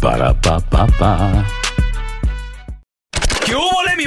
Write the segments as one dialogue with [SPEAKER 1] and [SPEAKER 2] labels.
[SPEAKER 1] Para pa pa pa.
[SPEAKER 2] ¿Qué hubo, le, mi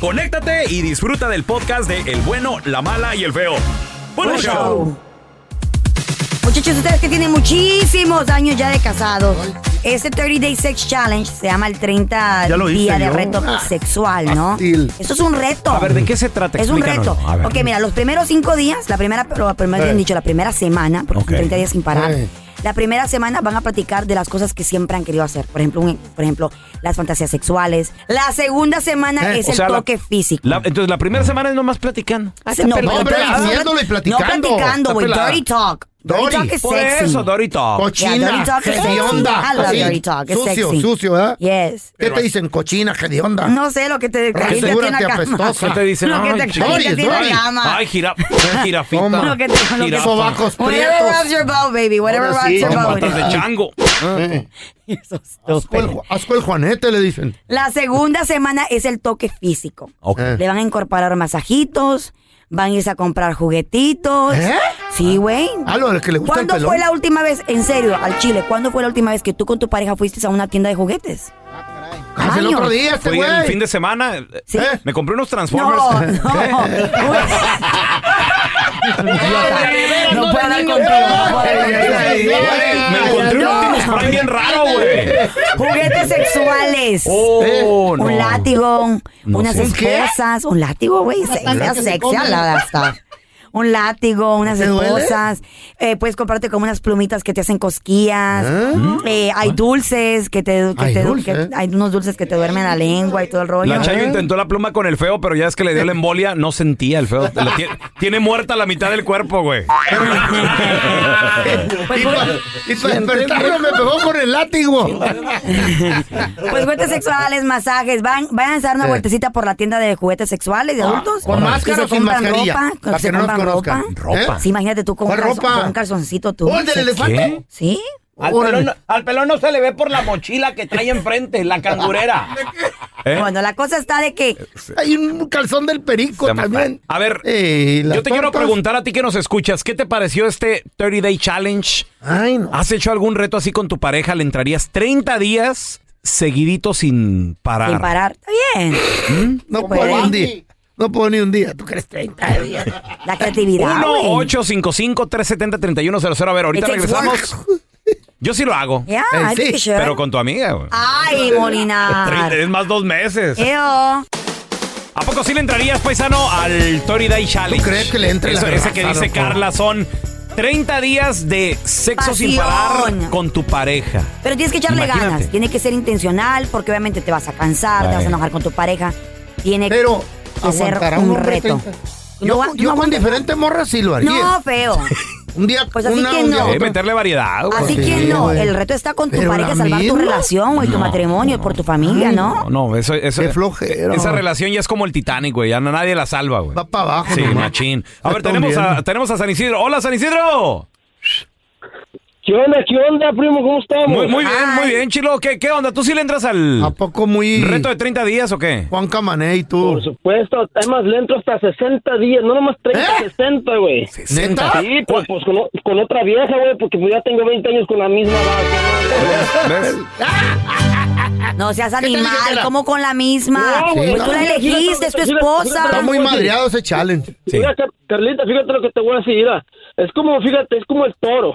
[SPEAKER 2] conéctate y disfruta del podcast de El bueno, la mala y el feo. Bueno,
[SPEAKER 3] Buen
[SPEAKER 2] show.
[SPEAKER 3] Muchachos, ustedes que tienen muchísimos años ya de casados. Este 30 Day Sex Challenge se llama el 30
[SPEAKER 4] Ya lo hice
[SPEAKER 3] Día de
[SPEAKER 4] yo.
[SPEAKER 3] Reto
[SPEAKER 4] Ah,
[SPEAKER 3] Sexual, ¿no?
[SPEAKER 4] hostil.
[SPEAKER 3] Esto es un reto.
[SPEAKER 4] A ver, ¿de qué se trata?
[SPEAKER 3] Es un reto.
[SPEAKER 4] Explícanoslo. A ver.
[SPEAKER 3] Ok, mira, los primeros cinco días, la primera, lo primero
[SPEAKER 4] Eh.
[SPEAKER 3] bien dicho, la primera semana, porque
[SPEAKER 4] Ok.
[SPEAKER 3] son 30 días sin parar.
[SPEAKER 4] Eh.
[SPEAKER 3] La primera semana van a platicar de las cosas que siempre han querido hacer. Por ejemplo, un- por ejemplo las fantasías sexuales. La segunda semana
[SPEAKER 4] Eh,
[SPEAKER 3] es
[SPEAKER 4] o
[SPEAKER 3] el
[SPEAKER 4] sea, la-
[SPEAKER 3] toque físico.
[SPEAKER 4] La- entonces, la primera semana es nomás platicando. Ah, está
[SPEAKER 3] No,
[SPEAKER 4] pelado.
[SPEAKER 3] no, pero-
[SPEAKER 4] Diciéndolo y
[SPEAKER 3] No platicando,
[SPEAKER 4] Está
[SPEAKER 3] güey.
[SPEAKER 4] pelada.
[SPEAKER 3] Dirty talk. Dirty
[SPEAKER 4] Dory.
[SPEAKER 3] talk es
[SPEAKER 4] Por
[SPEAKER 3] sexy.
[SPEAKER 4] eso, Dory talk.
[SPEAKER 5] Cochina,
[SPEAKER 3] Yeah, dirty talk is sexy.
[SPEAKER 5] hedionda,
[SPEAKER 3] I love
[SPEAKER 5] así,
[SPEAKER 3] dirty talk. Es
[SPEAKER 5] sucio,
[SPEAKER 3] sexy.
[SPEAKER 5] sucio, ¿verdad?
[SPEAKER 3] Yes.
[SPEAKER 5] ¿Qué te dicen? Cochina, hedionda.
[SPEAKER 3] No sé lo que te
[SPEAKER 5] Rasura,
[SPEAKER 3] caliente a ti en la
[SPEAKER 5] Ah. te
[SPEAKER 3] cama.
[SPEAKER 5] apestosa.
[SPEAKER 3] Lo
[SPEAKER 5] ¿Qué te dicen?
[SPEAKER 3] que
[SPEAKER 5] Ay,
[SPEAKER 3] te caliente a ti en
[SPEAKER 5] Dory,
[SPEAKER 3] la
[SPEAKER 5] Dory.
[SPEAKER 3] cama.
[SPEAKER 4] Ay, jira, jirafita.
[SPEAKER 5] Toma.
[SPEAKER 3] Lo que te- lo que-
[SPEAKER 4] Jirafa.
[SPEAKER 5] Sobacos
[SPEAKER 3] Whatever
[SPEAKER 5] prietos.
[SPEAKER 3] rubs your boat, baby. Whatever
[SPEAKER 5] Ahora
[SPEAKER 3] rubs
[SPEAKER 5] sí,
[SPEAKER 3] your
[SPEAKER 5] con
[SPEAKER 3] boat.
[SPEAKER 4] Patas de chango.
[SPEAKER 5] Eh. Asco el, ju- asco el Juanete, le dicen.
[SPEAKER 3] La segunda semana es el toque físico.
[SPEAKER 4] Ok.
[SPEAKER 5] Eh.
[SPEAKER 3] Le van a incorporar masajitos, van a irse a comprar juguetitos.
[SPEAKER 5] ¿Eh?
[SPEAKER 3] Sí, güey.
[SPEAKER 5] Ah, lo del que le gusta el
[SPEAKER 3] ¿Cuándo
[SPEAKER 5] pelón.
[SPEAKER 3] fue la última vez, en serio, al Chile, cuándo fue la última vez que tú con tu pareja fuiste a una tienda de juguetes?
[SPEAKER 5] Hace el otro
[SPEAKER 3] años?
[SPEAKER 5] día este
[SPEAKER 4] Fui
[SPEAKER 5] güey.
[SPEAKER 4] el fin de semana. eh,
[SPEAKER 3] Sí.
[SPEAKER 4] eh, Me compré unos
[SPEAKER 3] No,
[SPEAKER 4] Transformers.
[SPEAKER 3] no. no puedo hablar contigo. no puedo hablar contigo.
[SPEAKER 4] Güey, Me encontré un
[SPEAKER 3] No.
[SPEAKER 4] Optimus Prime bien raro, güey.
[SPEAKER 3] Juguetes sexuales.
[SPEAKER 4] Oh, no.
[SPEAKER 3] Un látigo, unas
[SPEAKER 4] sé.
[SPEAKER 3] esposas, un látigo, güey, se- sea sexy a la hasta. Un látigo, unas
[SPEAKER 5] ¿Te duele?
[SPEAKER 3] esposas, eh, puedes comprarte como unas plumitas que te hacen cosquillas,
[SPEAKER 4] ¿Ah?
[SPEAKER 3] eh, hay dulces que te, que
[SPEAKER 5] Hay
[SPEAKER 3] te-
[SPEAKER 5] dulce,
[SPEAKER 3] que-
[SPEAKER 5] ¿eh?
[SPEAKER 3] hay unos dulces que te duermen la lengua y todo el rollo. Mm.
[SPEAKER 4] La Chayo intentó la pluma con el feo, pero ya es que le dio la embolia, no sentía el feo. La tie- tiene, muerta la mitad del cuerpo, güey.
[SPEAKER 3] Pues,
[SPEAKER 5] y para despertarlo me pegó con el látigo.
[SPEAKER 3] Pues juguetes sexuales, masajes, van, vayan a dar una
[SPEAKER 5] Eh.
[SPEAKER 3] vueltecita por la tienda de juguetes sexuales de
[SPEAKER 5] Ah,
[SPEAKER 3] adultos.
[SPEAKER 5] ¿Con
[SPEAKER 3] Y
[SPEAKER 5] máscara
[SPEAKER 3] se
[SPEAKER 5] o sin
[SPEAKER 3] compran
[SPEAKER 5] mascarilla?
[SPEAKER 3] ropa,
[SPEAKER 5] Para
[SPEAKER 3] se
[SPEAKER 5] que no nos
[SPEAKER 3] compran ropa.
[SPEAKER 5] conozcan.
[SPEAKER 4] Ropa.
[SPEAKER 3] Sí, imagínate tú con un,
[SPEAKER 5] ¿Eh? ¿Cuál
[SPEAKER 3] calzón-
[SPEAKER 5] ropa?
[SPEAKER 3] con un calzoncito tú.
[SPEAKER 5] ¿O el del
[SPEAKER 3] sexy.
[SPEAKER 5] elefante? Ah,
[SPEAKER 3] ¿Sí?
[SPEAKER 6] Al
[SPEAKER 5] Órale.
[SPEAKER 6] pelón, al pelón no se le ve por la mochila que trae enfrente, la cangurera.
[SPEAKER 4] ¿Eh?
[SPEAKER 3] Bueno, la cosa está de que
[SPEAKER 5] Eh, Hay un calzón del perico
[SPEAKER 4] Se llama-
[SPEAKER 5] también.
[SPEAKER 4] A ver,
[SPEAKER 5] Eh, las
[SPEAKER 4] yo te quiero
[SPEAKER 5] tortas.
[SPEAKER 4] preguntar a ti que nos escuchas, ¿qué te pareció este 30 Day Challenge?
[SPEAKER 5] Ay, no.
[SPEAKER 4] ¿Has hecho algún reto así con tu pareja? ¿Le entrarías 30 días seguidito sin parar? ¿Mm?
[SPEAKER 3] sin parar, está bien.
[SPEAKER 5] No
[SPEAKER 3] Pues,
[SPEAKER 5] puedo ni un día. No puedo ni un día. ¿Tú crees 30 días?
[SPEAKER 3] La creatividad. güey.
[SPEAKER 4] 1-855-370-3100. A ver, ahorita
[SPEAKER 3] It takes
[SPEAKER 4] regresamos. Yo sí lo hago.
[SPEAKER 3] Yeah,
[SPEAKER 5] Eh,
[SPEAKER 3] I think
[SPEAKER 5] sí,
[SPEAKER 3] you should.
[SPEAKER 4] Pero con tu amiga, güey.
[SPEAKER 3] Ay,
[SPEAKER 4] Treinta-
[SPEAKER 3] Molina.
[SPEAKER 4] Es más dos meses.
[SPEAKER 3] Eh. Eo.
[SPEAKER 4] ¿A poco sí le entrarías, paisano, al Tori Day Challenge?
[SPEAKER 5] ¿Tú crees que le entre la
[SPEAKER 4] Eso,
[SPEAKER 5] grasa,
[SPEAKER 4] Ese que dice
[SPEAKER 5] loco?
[SPEAKER 4] Carla son 30 días de sexo sin
[SPEAKER 3] Pasión.
[SPEAKER 4] parar con tu pareja.
[SPEAKER 3] Pero tienes que echarle
[SPEAKER 4] Imagínate.
[SPEAKER 3] ganas. Tiene que ser intencional porque obviamente te vas a cansar, te vas a enojar con tu pareja. Tiene
[SPEAKER 5] Pero
[SPEAKER 3] que ser
[SPEAKER 5] aguantará
[SPEAKER 3] un
[SPEAKER 5] un hombre
[SPEAKER 3] reto.
[SPEAKER 5] 30.
[SPEAKER 3] ¿No
[SPEAKER 5] Yo,
[SPEAKER 3] va-
[SPEAKER 5] con-
[SPEAKER 3] no
[SPEAKER 5] yo con
[SPEAKER 3] aguanta?
[SPEAKER 5] diferentes morras sí lo haría.
[SPEAKER 3] No, feo.
[SPEAKER 5] Un día
[SPEAKER 3] Pues así
[SPEAKER 5] una,
[SPEAKER 3] que
[SPEAKER 5] un día
[SPEAKER 3] no.
[SPEAKER 4] Eh,
[SPEAKER 5] otra.
[SPEAKER 4] meterle variedad, güey.
[SPEAKER 3] Así
[SPEAKER 5] Sí,
[SPEAKER 3] que no,
[SPEAKER 5] güey.
[SPEAKER 3] el reto está con tu
[SPEAKER 5] Pero
[SPEAKER 3] pareja,
[SPEAKER 5] la
[SPEAKER 3] salvar tu
[SPEAKER 5] misma.
[SPEAKER 3] relación, güey, tu matrimonio, por tu familia, ¿no?
[SPEAKER 4] No, no, eso, eso,
[SPEAKER 5] Qué flojera,
[SPEAKER 4] Esa
[SPEAKER 5] güey.
[SPEAKER 4] relación ya es como el Titanic, güey. Ya nadie la salva, güey.
[SPEAKER 5] Va para abajo.
[SPEAKER 4] Sí,
[SPEAKER 5] nomás.
[SPEAKER 4] machín. A
[SPEAKER 5] Se
[SPEAKER 4] ver,
[SPEAKER 5] está
[SPEAKER 4] tenemos a,
[SPEAKER 5] hundiendo.
[SPEAKER 4] tenemos a San Isidro. ¡Hola, San Isidro!
[SPEAKER 7] ¿Qué onda, qué onda, primo? ¿Cómo estamos?
[SPEAKER 4] Muy, muy bien, muy bien, Chilo. ¿Qué, qué onda? ¿Tú sí le entras al
[SPEAKER 5] ¿A poco muy
[SPEAKER 4] reto de 30 días o qué?
[SPEAKER 5] Juan Camané y tú?
[SPEAKER 7] Por supuesto, además le entro hasta 60 días, no nomás 30,
[SPEAKER 5] ¿Eh?
[SPEAKER 7] 60, güey.
[SPEAKER 5] ¿Neta?
[SPEAKER 7] Sí, pues, pues con, o- con otra vieja, güey, porque pues, ya tengo 20 años con la misma vaca.
[SPEAKER 4] ¿Ves?
[SPEAKER 3] No seas
[SPEAKER 5] dije que
[SPEAKER 3] animal,
[SPEAKER 5] era?
[SPEAKER 3] como con la misma.
[SPEAKER 7] No, Ah, güey,
[SPEAKER 3] Pues tú
[SPEAKER 7] no,
[SPEAKER 3] la
[SPEAKER 7] mira,
[SPEAKER 3] elegiste, es tu
[SPEAKER 7] mira, mira,
[SPEAKER 5] Está
[SPEAKER 3] esposa.
[SPEAKER 5] muy madreado ese challenge.
[SPEAKER 7] Mira, Car- Carlita, fíjate lo que te voy a decir, mira. Es como, fíjate, es como el toro.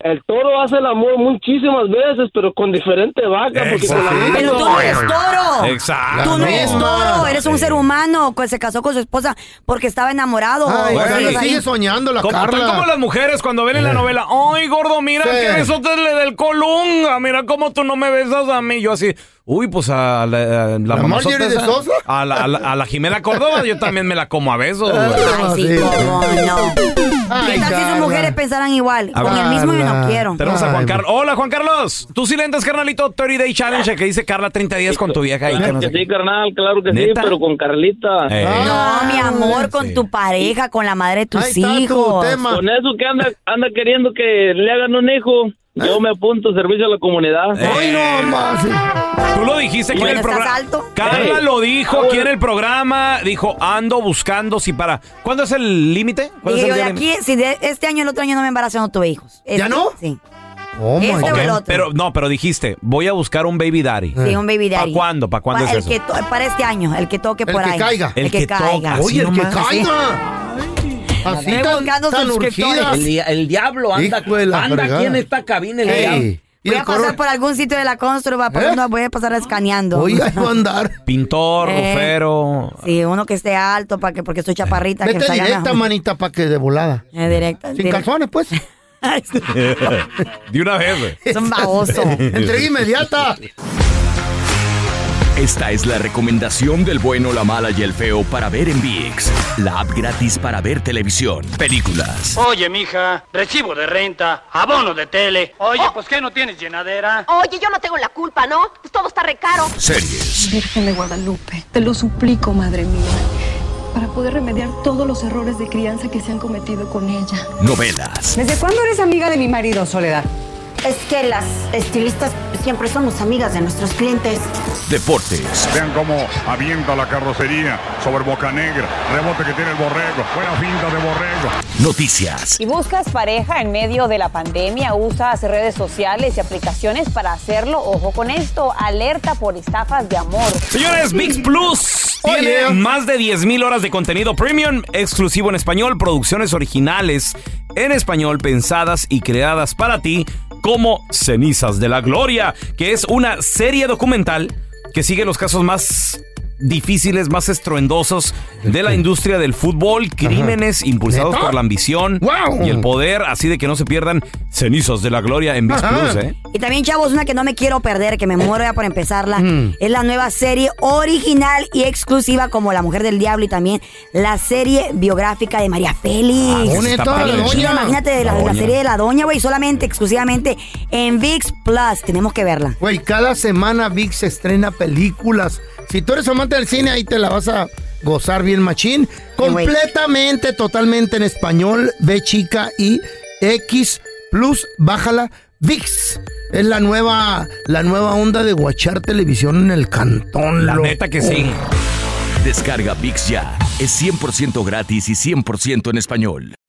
[SPEAKER 7] El toro hace el amor muchísimas veces, pero con diferente vaca, porque con la misma
[SPEAKER 3] Pero tú no eres toro.
[SPEAKER 4] Exacto.
[SPEAKER 3] Tú no eres
[SPEAKER 5] misma.
[SPEAKER 3] toro, eres un ser humano que se casó con su esposa porque estaba enamorado.
[SPEAKER 5] Ay,
[SPEAKER 3] Sí,
[SPEAKER 4] bueno,
[SPEAKER 5] Carla,
[SPEAKER 4] y-
[SPEAKER 3] ahí.
[SPEAKER 5] sigue soñando la
[SPEAKER 4] Como, están como
[SPEAKER 5] Carla.
[SPEAKER 4] las mujeres cuando ven en la novela. Ay, gordo, mira
[SPEAKER 5] Sí.
[SPEAKER 4] qué besote le del Colunga. Mira cómo tú no me besas a mí. Yo así, uy, pues a la, a la mamazota
[SPEAKER 5] Marjorie de
[SPEAKER 4] esa,
[SPEAKER 5] Sosa?
[SPEAKER 4] A la, a la- a la Jimena Córdoba, yo también me la como a besos. güey.
[SPEAKER 3] Ay, sí,
[SPEAKER 5] Sí.
[SPEAKER 3] cómo no.
[SPEAKER 5] Ay,
[SPEAKER 3] ¿Qué tal si
[SPEAKER 5] Carla.
[SPEAKER 3] sus mujeres pensaran igual?
[SPEAKER 4] A
[SPEAKER 3] Con
[SPEAKER 5] ver.
[SPEAKER 3] el mismo yo no quiero.
[SPEAKER 4] Tenemos a Juan
[SPEAKER 5] Ay,
[SPEAKER 4] Carlos. Hola, Juan Carlos. Tú sí le entras, carnalito, 30 Day Challenge que dice Carla 30 días con tu vieja. ahí, que
[SPEAKER 7] Claro
[SPEAKER 4] no
[SPEAKER 7] que
[SPEAKER 4] sé
[SPEAKER 7] sí, carnal, claro que
[SPEAKER 4] ¿Neta?
[SPEAKER 7] sí, pero con Carlita.
[SPEAKER 4] qué. Eh,
[SPEAKER 5] Ah.
[SPEAKER 3] No, mi amor, con
[SPEAKER 4] sí.
[SPEAKER 3] tu pareja, con la madre de tus
[SPEAKER 5] Ahí está tu
[SPEAKER 3] hijos.
[SPEAKER 5] tema.
[SPEAKER 7] Con eso que anda, anda queriendo que le hagan un hijo,
[SPEAKER 8] ¿Eh?
[SPEAKER 7] yo me apunto servicio a la comunidad.
[SPEAKER 5] Ay,
[SPEAKER 9] Eh.
[SPEAKER 5] no más.
[SPEAKER 4] Tú lo dijiste aquí en
[SPEAKER 3] Bueno,
[SPEAKER 4] el
[SPEAKER 3] ¿estás
[SPEAKER 4] programa.
[SPEAKER 3] alto?
[SPEAKER 4] Carla
[SPEAKER 7] Ey.
[SPEAKER 4] lo
[SPEAKER 6] Ah,
[SPEAKER 4] dijo aquí en el programa. Dijo, ando buscando si para. ¿Cuándo es el límite? ¿Cuándo es
[SPEAKER 3] Dije
[SPEAKER 4] el
[SPEAKER 3] yo, de
[SPEAKER 4] día límite?
[SPEAKER 3] aquí, si de este año el otro año no me embarazo, no tuve hijos. Este,
[SPEAKER 5] ¿Ya no?
[SPEAKER 3] Sí.
[SPEAKER 5] Oh, my
[SPEAKER 3] Este o el
[SPEAKER 5] God.
[SPEAKER 3] otro.
[SPEAKER 4] Pero no, pero dijiste, voy a buscar un baby daddy.
[SPEAKER 5] Eh.
[SPEAKER 3] Sí, un baby
[SPEAKER 4] ¿Para
[SPEAKER 3] daddy.
[SPEAKER 4] cuándo? ¿Para cuándo
[SPEAKER 3] Pa-
[SPEAKER 4] es
[SPEAKER 3] el
[SPEAKER 4] eso?
[SPEAKER 3] que to- para este año, el que toque
[SPEAKER 5] El
[SPEAKER 3] por
[SPEAKER 5] que
[SPEAKER 3] ahí.
[SPEAKER 5] caiga.
[SPEAKER 3] El,
[SPEAKER 4] El
[SPEAKER 3] que,
[SPEAKER 4] que
[SPEAKER 3] caiga.
[SPEAKER 4] toque.
[SPEAKER 5] Oye, el
[SPEAKER 4] Así
[SPEAKER 5] que
[SPEAKER 4] nomás.
[SPEAKER 5] caiga. Así
[SPEAKER 3] Estoy
[SPEAKER 5] tan,
[SPEAKER 3] buscando
[SPEAKER 5] tan
[SPEAKER 3] suscriptores.
[SPEAKER 5] urgidas.
[SPEAKER 6] El, dia- el diablo anda,
[SPEAKER 5] Hijo de la
[SPEAKER 6] anda aquí
[SPEAKER 5] fregada.
[SPEAKER 6] en esta cabina. El diablo.
[SPEAKER 5] Ey, y el
[SPEAKER 3] Voy a pasar
[SPEAKER 5] coro-
[SPEAKER 3] por algún sitio de la construva, por
[SPEAKER 5] ¿Eh?
[SPEAKER 3] donde voy a pasar escaneando.
[SPEAKER 5] Oye, ahí va a andar.
[SPEAKER 4] Pintor,
[SPEAKER 3] Eh.
[SPEAKER 4] rufero.
[SPEAKER 3] Sí, uno que esté alto, para que, porque soy chaparrita. que
[SPEAKER 5] Vete
[SPEAKER 3] salga
[SPEAKER 5] directa,
[SPEAKER 3] mejor.
[SPEAKER 5] manita, pa' que de volada.
[SPEAKER 3] Eh, directa.
[SPEAKER 5] Sin
[SPEAKER 3] directa.
[SPEAKER 5] calzones, pues.
[SPEAKER 4] De una vez, güey.
[SPEAKER 3] Es un baboso.
[SPEAKER 5] Entrega inmediata.
[SPEAKER 10] Esta es la recomendación del bueno, la mala y el feo para ver en VIX, la app gratis para ver televisión, películas,
[SPEAKER 11] Oye, mija, recibo de renta, abono de tele. Oye, pues ¿qué no tienes llenadera?
[SPEAKER 9] Oh. Oye, yo no tengo la culpa, ¿no? Pues todo está recaro.
[SPEAKER 10] series.
[SPEAKER 9] Virgen de Guadalupe, te lo suplico, madre mía, para poder remediar todos los errores de crianza que se han cometido con ella.
[SPEAKER 10] Novelas.
[SPEAKER 9] ¿Desde cuándo eres amiga de mi marido, Soledad? Es que las estilistas siempre somos amigas de nuestros clientes.
[SPEAKER 10] Deportes.
[SPEAKER 11] Vean cómo avienta la carrocería sobre Boca Negra. Rebote que tiene el borrego. Buena finta de borrego.
[SPEAKER 10] Noticias.
[SPEAKER 9] Si buscas pareja en medio de la pandemia, usas redes sociales y aplicaciones para hacerlo. Ojo con esto, alerta por estafas de amor.
[SPEAKER 4] Señores, VIX Plus tiene
[SPEAKER 5] Oye.
[SPEAKER 4] más de 10.000 horas de contenido premium, exclusivo en español, producciones originales en español pensadas y creadas para ti como Cenizas de la Gloria, que es una serie documental que sigue los casos más difíciles, más estruendosos de la industria del fútbol, crímenes impulsados
[SPEAKER 5] ¿Neta?
[SPEAKER 4] por la ambición
[SPEAKER 5] ¡Guau!
[SPEAKER 4] y el poder, así de que no se pierdan Cenizas de la Gloria en VIX
[SPEAKER 5] Ajá.
[SPEAKER 4] Plus, ¿eh?
[SPEAKER 3] Y también, chavos, una que no me quiero perder, que me muero ya por empezarla,
[SPEAKER 4] Mm.
[SPEAKER 3] es la nueva serie original y exclusiva como La Mujer del Diablo y también la serie biográfica de María Félix.
[SPEAKER 4] Ah,
[SPEAKER 5] Bonita,
[SPEAKER 4] Está
[SPEAKER 5] la
[SPEAKER 4] bien.
[SPEAKER 3] Sí,
[SPEAKER 5] doña.
[SPEAKER 3] imagínate de la,
[SPEAKER 4] La
[SPEAKER 3] la
[SPEAKER 4] doña.
[SPEAKER 3] serie de la doña, güey, solamente, exclusivamente en VIX Plus. Tenemos que verla.
[SPEAKER 5] Güey, cada semana VIX estrena películas. Si tú eres amante del cine, ahí te la vas a gozar bien machín.
[SPEAKER 3] güey.
[SPEAKER 5] Completamente, totalmente en español. Ve chica y X Plus, bájala. VIX. Es la nueva, la nueva onda de guachar televisión en el cantón.
[SPEAKER 4] La
[SPEAKER 5] loco.
[SPEAKER 4] neta que sí.
[SPEAKER 10] Descarga VIX ya. Es 100% gratis y 100% en español.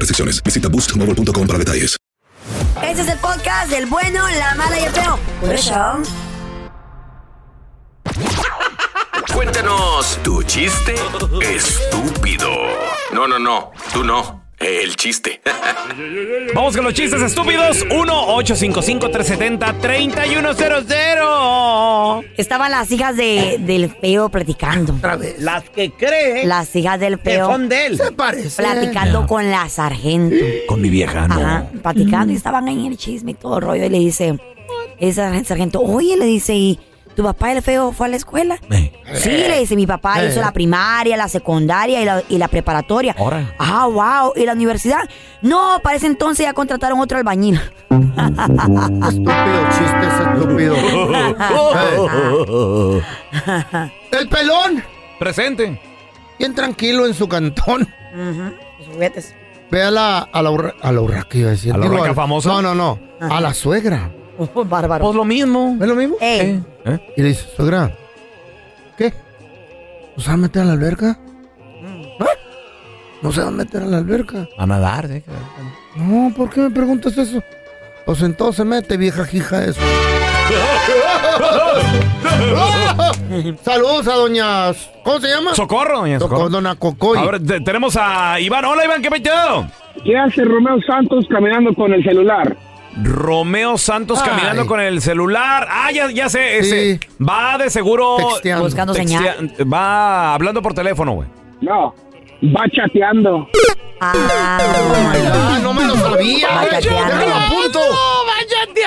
[SPEAKER 12] restricciones. Visita boostmobile.com para detalles.
[SPEAKER 3] Ese es el podcast del bueno, la mala y el feo. Por eso.
[SPEAKER 13] Cuéntanos tu chiste estúpido. No, no, no, tú no. El chiste.
[SPEAKER 4] Vamos con los chistes estúpidos. 1-855-370-3100.
[SPEAKER 3] Estaban las hijas de- del feo platicando.
[SPEAKER 6] Las que cree
[SPEAKER 3] Las hijas del
[SPEAKER 6] que
[SPEAKER 3] feo.
[SPEAKER 6] son de él. Se
[SPEAKER 5] parece.
[SPEAKER 3] Platicando con la sargento.
[SPEAKER 4] Con mi vieja, Ah, no.
[SPEAKER 3] Ajá, platicando y estaban ahí en el chisme y todo el rollo. Y le dice, esa sargento, oye, le dice, ¿y tu papá el feo fue a la escuela? Sí, le dice, mi papá
[SPEAKER 14] Eh.
[SPEAKER 3] hizo la primaria, la secundaria y la, y la preparatoria.
[SPEAKER 14] Ahora.
[SPEAKER 3] Ah, wow. ¿Y la universidad? No, para ese entonces ya contrataron otro albañil.
[SPEAKER 5] Estúpido, chistes estúpidos. El pelón.
[SPEAKER 4] Presente.
[SPEAKER 5] Bien tranquilo en su cantón.
[SPEAKER 3] Los juguetes.
[SPEAKER 5] Ve a la, a la, urra- a la urraca, iba a decir.
[SPEAKER 4] ¿A la
[SPEAKER 5] Digo,
[SPEAKER 4] urraca
[SPEAKER 5] al-
[SPEAKER 4] famosa?
[SPEAKER 5] No, no, no. A la suegra.
[SPEAKER 3] bárbaro.
[SPEAKER 4] Pues lo mismo.
[SPEAKER 5] ¿Es lo mismo?
[SPEAKER 4] ¿Eh?
[SPEAKER 5] Y le dice, suegra, ¿qué? ¿No se va a meter a la alberca? ¿Ah? ¿No se va a meter a la alberca?
[SPEAKER 4] Mm. A nadar, ¿eh?
[SPEAKER 5] No, ¿por qué me preguntas eso? Pues entonces se mete, vieja hija eso. Saludos a doña... ¿Cómo se llama?
[SPEAKER 4] Socorro, doña Socorro.
[SPEAKER 5] Dona Cocoy.
[SPEAKER 4] Ahora te- tenemos a Iván. Hola, Iván, ¿qué metido?
[SPEAKER 8] ¿Qué hace Romeo Santos caminando con el celular?
[SPEAKER 4] Romeo Santos caminando con el celular. Ah, ya, ya sé, ese. Va de seguro.
[SPEAKER 8] Texteando. Buscando señal.
[SPEAKER 4] Va hablando por teléfono, güey.
[SPEAKER 8] No, va chateando.
[SPEAKER 3] Ah.
[SPEAKER 5] no me lo sabía.
[SPEAKER 8] Va chateando.
[SPEAKER 5] Déjalo a punto.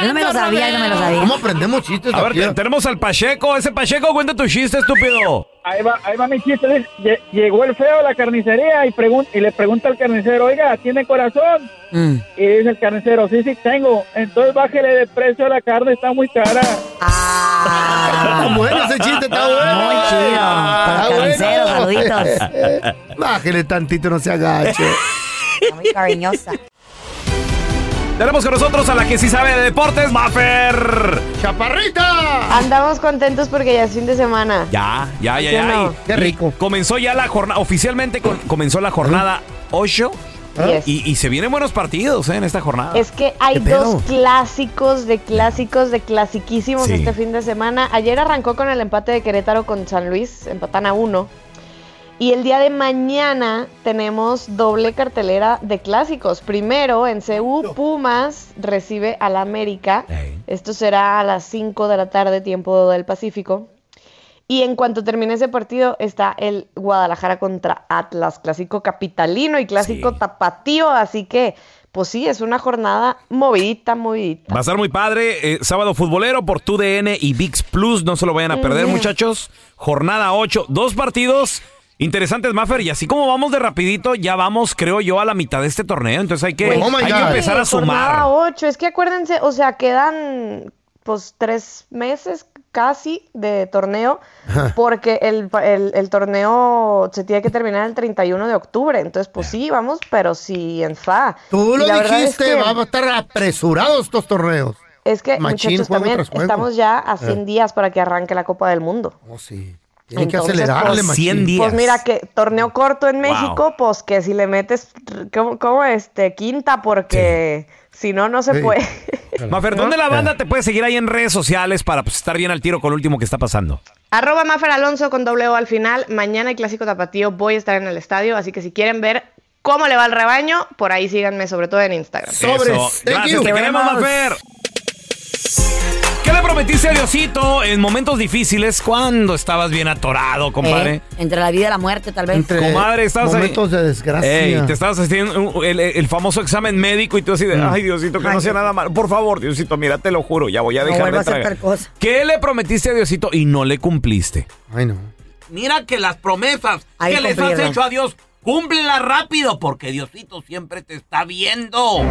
[SPEAKER 3] No me lo sabía, no me lo sabía.
[SPEAKER 5] ¿Cómo aprendemos chistes?
[SPEAKER 4] A ver, te- tenemos al Pacheco. Ese Pacheco, cuenta tu chiste, estúpido.
[SPEAKER 15] Ahí va, ahí va mi chiste. Dice, "Lle- Llegó el feo a la carnicería y, pregun- y le pregunta al carnicero, oiga, ¿tiene corazón? Y dice el carnicero, sí, sí, tengo. Entonces bájele de precio a la carne, está muy cara.
[SPEAKER 5] Está bueno ese chiste, está bueno. Ah. Muy chido. Para
[SPEAKER 3] carnicero, saluditos.
[SPEAKER 5] Ah, Bájele tantito, no se agache.
[SPEAKER 3] Muy cariñosa.
[SPEAKER 4] Tenemos con nosotros a la que sí sabe de deportes, Maffer.
[SPEAKER 16] ¡Chaparrita! Andamos contentos porque ya es fin de semana.
[SPEAKER 4] Ya, ya, ya, ya.
[SPEAKER 16] no?
[SPEAKER 4] Qué rico. Comenzó ya la jornada, oficialmente con- comenzó la jornada 8.
[SPEAKER 16] Yes.
[SPEAKER 4] Y, y se vienen buenos partidos eh, en esta jornada.
[SPEAKER 16] Es que hay
[SPEAKER 4] ¿Qué pedo?
[SPEAKER 16] dos clásicos de clásicos de clasiquísimos
[SPEAKER 4] Sí.
[SPEAKER 16] este fin de semana. Ayer arrancó con el empate de Querétaro con San Luis, empatan a uno. Y el día de mañana tenemos doble cartelera de clásicos. Primero, en CU, Pumas recibe al América. Esto será a las 5 de la tarde, tiempo del Pacífico. Y en cuanto termine ese partido, está el Guadalajara contra Atlas, clásico capitalino y clásico tapatío. Así que, pues sí, es una jornada movidita, movidita.
[SPEAKER 4] Va a estar muy padre. eh, sábado futbolero por TUDN y VIX Plus. No se lo vayan a perder,
[SPEAKER 16] Ujú.
[SPEAKER 4] muchachos. Jornada 8. Dos partidos interesantes, Maffer. Y así como vamos de rapidito, ya vamos, creo yo, a la mitad de este torneo. Entonces hay que,
[SPEAKER 16] Pues,
[SPEAKER 4] hay que empezar a
[SPEAKER 16] sí, Jornada
[SPEAKER 4] sumar.
[SPEAKER 16] 8, es que acuérdense, o sea, quedan pues tres meses casi de torneo, porque el, el- el torneo se tiene que terminar el 31 de octubre, entonces pues sí, vamos, pero sí en fa.
[SPEAKER 5] Tú
[SPEAKER 16] Y
[SPEAKER 5] lo
[SPEAKER 16] la verdad es
[SPEAKER 5] dijiste,
[SPEAKER 16] que-
[SPEAKER 5] van a estar apresurados estos torneos.
[SPEAKER 16] Es que,
[SPEAKER 5] Machín,
[SPEAKER 16] muchachos,
[SPEAKER 5] juego
[SPEAKER 16] también
[SPEAKER 5] tras juego.
[SPEAKER 16] estamos ya a 100
[SPEAKER 5] Eh.
[SPEAKER 16] días para que arranque la Copa del Mundo.
[SPEAKER 5] Oh, sí. Tienen que
[SPEAKER 16] Entonces,
[SPEAKER 5] acelerarle,
[SPEAKER 16] pues,
[SPEAKER 5] machín.
[SPEAKER 16] Pues mira, que torneo corto en
[SPEAKER 5] Wow.
[SPEAKER 16] México, pues que si le metes, como, como este, quinta, porque si no, no se
[SPEAKER 4] Sí.
[SPEAKER 16] puede.
[SPEAKER 4] Maffer, ¿dónde
[SPEAKER 16] Eh.
[SPEAKER 4] la banda te puede seguir ahí en redes sociales para pues, estar bien al tiro con lo último que está pasando?
[SPEAKER 16] Arroba Mafer Alonso con doble O al final. Mañana el Clásico Tapatío voy a estar en el estadio, así que si quieren ver cómo le va el rebaño, por ahí síganme, sobre todo en Instagram.
[SPEAKER 4] Eso. Gracias, te queremos, Mafer. ¿Qué le prometiste a Diosito en momentos difíciles cuando estabas bien atorado, compadre?
[SPEAKER 3] Eh, entre la vida y la muerte, tal vez.
[SPEAKER 4] Comadre, estabas ahí.
[SPEAKER 5] momentos de desgracia.
[SPEAKER 4] Ey, te estabas haciendo un- el, el famoso examen médico y tú así de,
[SPEAKER 3] Mm.
[SPEAKER 4] ay Diosito, que no sea nada malo. Por favor, Diosito, mira, te lo juro, ya voy a
[SPEAKER 3] No
[SPEAKER 4] dejar
[SPEAKER 3] vuelvo a
[SPEAKER 4] de
[SPEAKER 3] hacer
[SPEAKER 4] tragar.
[SPEAKER 3] tal cosa.
[SPEAKER 4] ¿Qué le prometiste a Diosito y no le cumpliste?
[SPEAKER 5] Ay, no.
[SPEAKER 6] Mira que las promesas
[SPEAKER 4] Ahí
[SPEAKER 6] que les has
[SPEAKER 4] cumplieron.
[SPEAKER 6] hecho a Dios, cúmplelas rápido porque Diosito siempre te está viendo.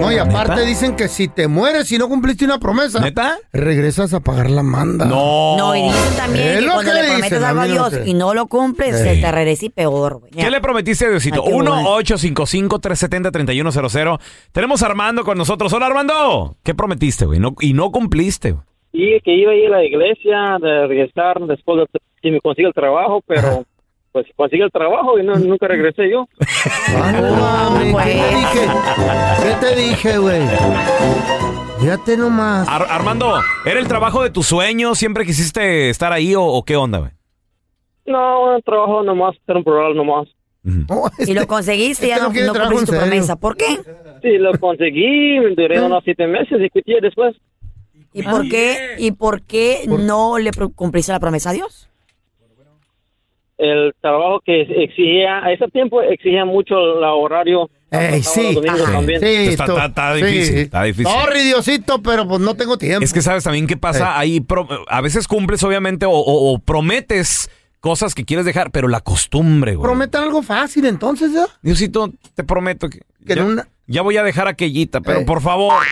[SPEAKER 5] No, y aparte dicen que si te mueres y no cumpliste una promesa, regresas a pagar la manda.
[SPEAKER 4] No.
[SPEAKER 3] No, y dicen también
[SPEAKER 5] Es
[SPEAKER 3] que
[SPEAKER 5] lo
[SPEAKER 3] cuando
[SPEAKER 5] que
[SPEAKER 3] le
[SPEAKER 5] dicen,
[SPEAKER 3] prometes algo
[SPEAKER 5] a
[SPEAKER 3] a
[SPEAKER 5] mí no
[SPEAKER 3] Dios
[SPEAKER 5] sé.
[SPEAKER 3] y no lo cumples, se
[SPEAKER 4] Ey.
[SPEAKER 3] te regresa y peor, güey.
[SPEAKER 4] ¿Qué le prometiste a Diosito?
[SPEAKER 3] Ay, qué
[SPEAKER 4] 1-855-370-3100. Tenemos a Armando con nosotros. Hola, Armando. ¿Qué prometiste, güey? No- y no cumpliste. güey.
[SPEAKER 15] Y que iba a ir a la iglesia, de regresar después de, si me consigo el trabajo, pero
[SPEAKER 7] pues conseguí el trabajo y no- nunca regresé yo.
[SPEAKER 5] ¿Qué te dije, güey? Fíjate nomás.
[SPEAKER 4] Ar- Armando, ¿era el trabajo de tus sueños? ¿Siempre quisiste estar ahí o, o qué onda, güey?
[SPEAKER 7] No, un trabajo nomás, era un programa nomás.
[SPEAKER 3] y lo conseguiste, ya
[SPEAKER 7] este
[SPEAKER 3] no,
[SPEAKER 7] no quiere
[SPEAKER 3] no
[SPEAKER 7] trabajo
[SPEAKER 3] cumpliste
[SPEAKER 7] en
[SPEAKER 3] tu
[SPEAKER 7] serio.
[SPEAKER 3] promesa. ¿Por qué?
[SPEAKER 7] Sí, lo conseguí, duré unos siete meses y quité después.
[SPEAKER 3] ¿Y por qué, ¿y por qué no le pro- cumpliste la promesa a Dios?
[SPEAKER 7] El trabajo que exigía, a ese tiempo exigía mucho el horario.
[SPEAKER 5] Ey, Eh, sí.
[SPEAKER 7] domingo
[SPEAKER 5] Ajá.
[SPEAKER 7] también.
[SPEAKER 5] Sí,
[SPEAKER 4] Está-
[SPEAKER 5] tú-
[SPEAKER 4] está- está difícil, está difícil.
[SPEAKER 5] Sorry, Diosito, pero pues no tengo tiempo. Eh.
[SPEAKER 4] Es que sabes también qué pasa. Ahí pro- a veces cumples, obviamente, o, o- o prometes cosas que quieres dejar, pero la costumbre, güey.
[SPEAKER 5] Prometan algo fácil, entonces, ¿ya?
[SPEAKER 4] Diosito, te prometo que. ya, ya voy a dejar aquellita, pero
[SPEAKER 5] Eh.
[SPEAKER 4] por favor.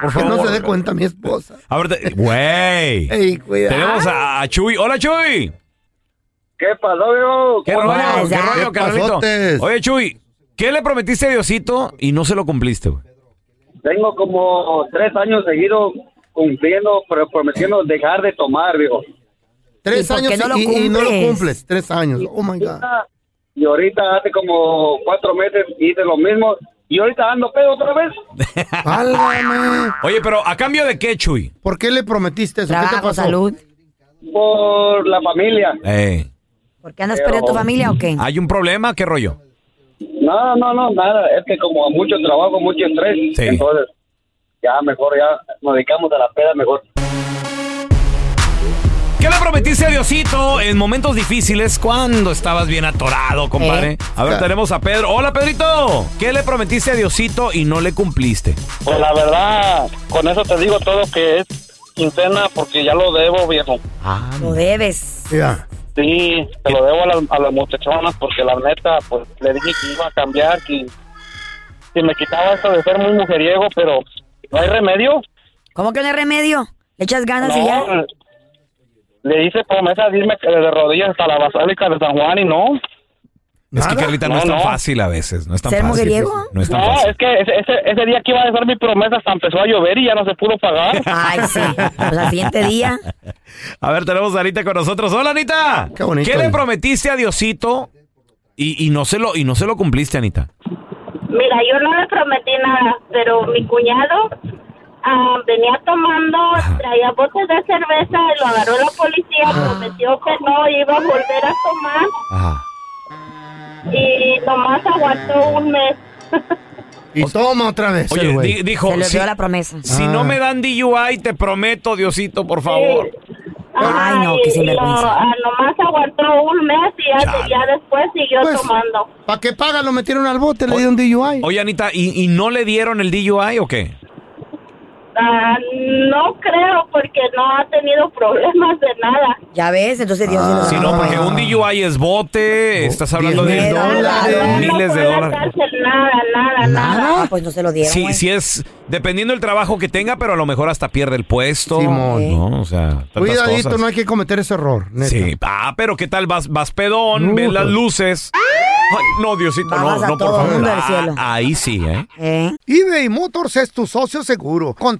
[SPEAKER 4] Por
[SPEAKER 5] Que
[SPEAKER 4] favor.
[SPEAKER 5] no se dé cuenta mi esposa.
[SPEAKER 4] A ver, te- güey.
[SPEAKER 5] Ey, cuidado.
[SPEAKER 4] Tenemos a, a Chuy. Hola, Chuy.
[SPEAKER 14] ¿Qué pasó, viejo?
[SPEAKER 4] ¿Qué rollo? ¿Qué rollo, Carlito? Oye, Chuy, ¿qué le prometiste a Diosito y no se lo cumpliste, güey?
[SPEAKER 14] Tengo como tres años seguidos cumpliendo, pero prometiendo dejar de tomar, viejo.
[SPEAKER 5] Tres
[SPEAKER 14] por
[SPEAKER 5] años
[SPEAKER 14] qué no lo
[SPEAKER 5] y, y no lo
[SPEAKER 14] cumples?
[SPEAKER 5] cumples. Tres años. Oh my God.
[SPEAKER 14] Y ahorita hace como cuatro meses hice lo mismo. Y ahorita ando pedo otra vez.
[SPEAKER 4] Oye, pero ¿a cambio de qué, Chuy?
[SPEAKER 5] ¿Por qué le prometiste eso? ¿Qué te
[SPEAKER 3] Trabajo,
[SPEAKER 5] pasó?
[SPEAKER 3] salud.
[SPEAKER 14] Por la familia.
[SPEAKER 4] Eh,
[SPEAKER 3] ¿Por qué andas perdiendo tu familia o qué?
[SPEAKER 4] ¿Hay un problema? ¿Qué rollo?
[SPEAKER 14] No, no, no, nada. Es que como mucho trabajo, mucho estrés. Entonces, ya mejor, ya nos dedicamos a la peda mejor.
[SPEAKER 4] ¿Qué le prometiste a Diosito en momentos difíciles cuando estabas bien atorado, compadre?
[SPEAKER 14] Eh.
[SPEAKER 4] A ver,
[SPEAKER 14] Claro.
[SPEAKER 4] tenemos a Pedro. Hola, Pedrito. ¿Qué le prometiste a Diosito y no le cumpliste?
[SPEAKER 14] Pues la verdad, con eso te digo todo que es quincena porque ya lo debo, viejo.
[SPEAKER 3] Lo debes.
[SPEAKER 14] Sí, te lo debo a las, a las muchachonas porque la neta, pues le dije que iba a cambiar, que, que me quitaba eso de ser muy mujeriego, pero no hay remedio.
[SPEAKER 3] ¿Cómo que no hay remedio? ¿Le echas ganas y ya?
[SPEAKER 14] No, le hice promesa de irme de rodillas hasta la basílica de San Juan y no.
[SPEAKER 4] Es que Carlita no,
[SPEAKER 14] No,
[SPEAKER 4] es tan
[SPEAKER 14] no.
[SPEAKER 4] fácil a veces. No es tan
[SPEAKER 14] ¿Ser
[SPEAKER 4] fácil. pues,
[SPEAKER 14] mujeriego?
[SPEAKER 4] No es tan
[SPEAKER 14] No,
[SPEAKER 4] fácil.
[SPEAKER 14] es que ese, ese- ese día que iba a dejar mi promesa hasta empezó a llover y ya no se pudo pagar.
[SPEAKER 3] Ay, sí. Pues al siguiente día.
[SPEAKER 4] A ver, tenemos a Anita con nosotros. Hola, Anita. Qué
[SPEAKER 5] bonito.
[SPEAKER 4] ¿Qué le prometiste a Diosito y, y no, se lo, y no se lo cumpliste, Anita?
[SPEAKER 17] Mira, yo no le prometí nada, pero mi cuñado ah, venía tomando, traía botes de cerveza, y lo agarró la policía, prometió que no iba a volver a tomar y nomás aguantó un mes.
[SPEAKER 5] Y toma otra vez.
[SPEAKER 4] Oye,
[SPEAKER 5] el güey.
[SPEAKER 4] di- dijo, Se le sí. dio la
[SPEAKER 3] promesa.
[SPEAKER 4] Si
[SPEAKER 5] Ah.
[SPEAKER 4] no me dan DUI, te prometo, Diosito, por favor.
[SPEAKER 17] Ay,
[SPEAKER 4] no, qué
[SPEAKER 17] y
[SPEAKER 4] sinvergüenza.
[SPEAKER 17] lo- ah, nomás aguantó un mes y ya, ya después siguió
[SPEAKER 4] Pues,
[SPEAKER 17] tomando.
[SPEAKER 5] ¿Para qué paga? Lo metieron al bote, le dieron DUI.
[SPEAKER 4] Oye, Anita, ¿y, y no le dieron el DUI o qué?
[SPEAKER 17] Ah, no creo porque no ha tenido problemas de nada.
[SPEAKER 3] Ya ves, entonces Dios
[SPEAKER 5] Ah.
[SPEAKER 3] sí lo
[SPEAKER 4] Si no, pues, porque un DUI es bote, estás hablando de
[SPEAKER 3] mil dólares.
[SPEAKER 4] miles de dólares.
[SPEAKER 17] Nada, nada, nada.
[SPEAKER 3] Ah, pues no se lo dieron.
[SPEAKER 4] Sí,
[SPEAKER 3] güey.
[SPEAKER 4] sí es, dependiendo del trabajo que tenga, pero a lo mejor hasta pierde el puesto. ¿no? O sea, tantas
[SPEAKER 5] Cuidadito,
[SPEAKER 4] cosas.
[SPEAKER 5] no hay que cometer ese error. neta.
[SPEAKER 4] Sí, ah, pero ¿qué tal? Vas, vas pedón, ves las luces. Ay, no, Diosito,
[SPEAKER 5] Bajas
[SPEAKER 4] no,
[SPEAKER 5] a
[SPEAKER 4] no, por
[SPEAKER 5] todo
[SPEAKER 4] favor.
[SPEAKER 5] mundo del
[SPEAKER 4] Ah,
[SPEAKER 5] cielo.
[SPEAKER 4] ahí sí, ¿eh?
[SPEAKER 5] eBay Motors es tu socio seguro. Con